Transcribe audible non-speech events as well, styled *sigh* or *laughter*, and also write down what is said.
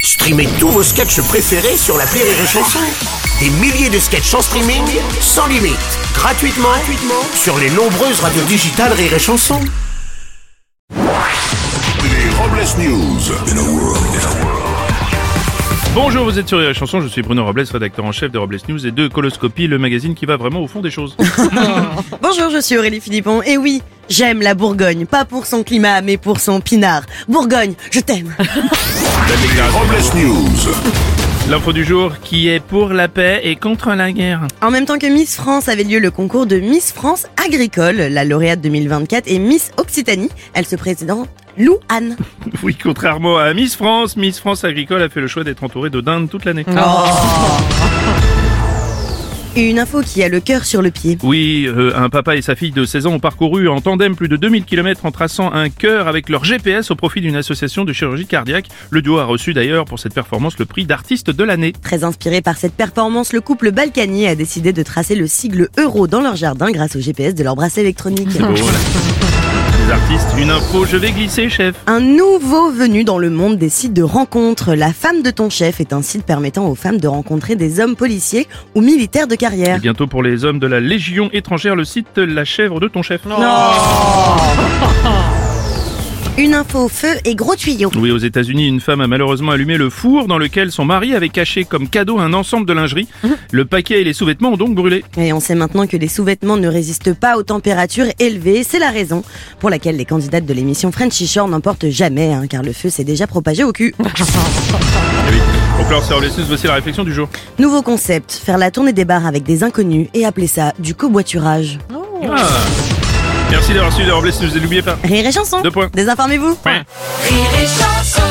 Streamez tous vos sketchs préférés sur la Rire et Chanson. Des milliers de sketchs en streaming, sans limite, gratuitement, gratuitement sur les nombreuses radios digitales Rire et Chanson. Les Robles News. In a world, in a world. Bonjour, vous êtes sur les chansons, je suis Bruno Robles, rédacteur en chef de Robles News et de Coloscopie, le magazine qui va vraiment au fond des *laughs* choses. Bonjour, je suis Aurélie Philippon. Et oui, j'aime la Bourgogne, pas pour son climat, mais pour son pinard. Bourgogne, je t'aime. Les Robles News. L'info du jour qui est pour la paix et contre la guerre. En même temps que Miss France avait lieu le concours de Miss France agricole, la lauréate 2024 est Miss Occitanie. Elle se présente Lou Anne. *laughs* Oui, contrairement à Miss France, Miss France Agricole a fait le choix d'être entourée de dindes toute l'année. Ah. Une info qui a le cœur sur le pied. Oui, euh, un papa et sa fille de 16 ans ont parcouru en tandem plus de 2000 km en traçant un cœur avec leur GPS au profit d'une association de chirurgie cardiaque. Le duo a reçu d'ailleurs pour cette performance le prix d'artiste de l'année. Très inspiré par cette performance, le couple balkanier a décidé de tracer le sigle euro dans leur jardin grâce au GPS de leur bracelet électronique. *laughs* Voilà. Les artistes, une info, je vais glisser, chef. Un nouveau venu dans le monde des sites de rencontres, la femme de ton chef est un site permettant aux femmes de rencontrer des hommes policiers ou militaires de Et carrière. bientôt pour les hommes de la Légion étrangère, le site La Chèvre de ton chef. Une info feu et gros tuyau. Oui, aux États-Unis, une femme a malheureusement allumé le four dans lequel son mari avait caché comme cadeau un ensemble de lingerie. Le paquet et les sous-vêtements ont donc brûlé. Et on sait maintenant que les sous-vêtements ne résistent pas aux températures élevées, c'est la raison pour laquelle les candidates de l'émission Frenchy Shore n'emportent jamais, hein, car le feu s'est déjà propagé au *laughs* cul. Eh oui. Pour clore ce Robles News, voici la réflexion du jour. Nouveau concept, faire la tournée des bars avec des inconnus et appeler ça du coboiturage. Ah. Merci d'avoir suivi les Robles News et n'oubliez pas. Rire et chanson Deux points. Désinformez-vous Ouais. Rire et chanson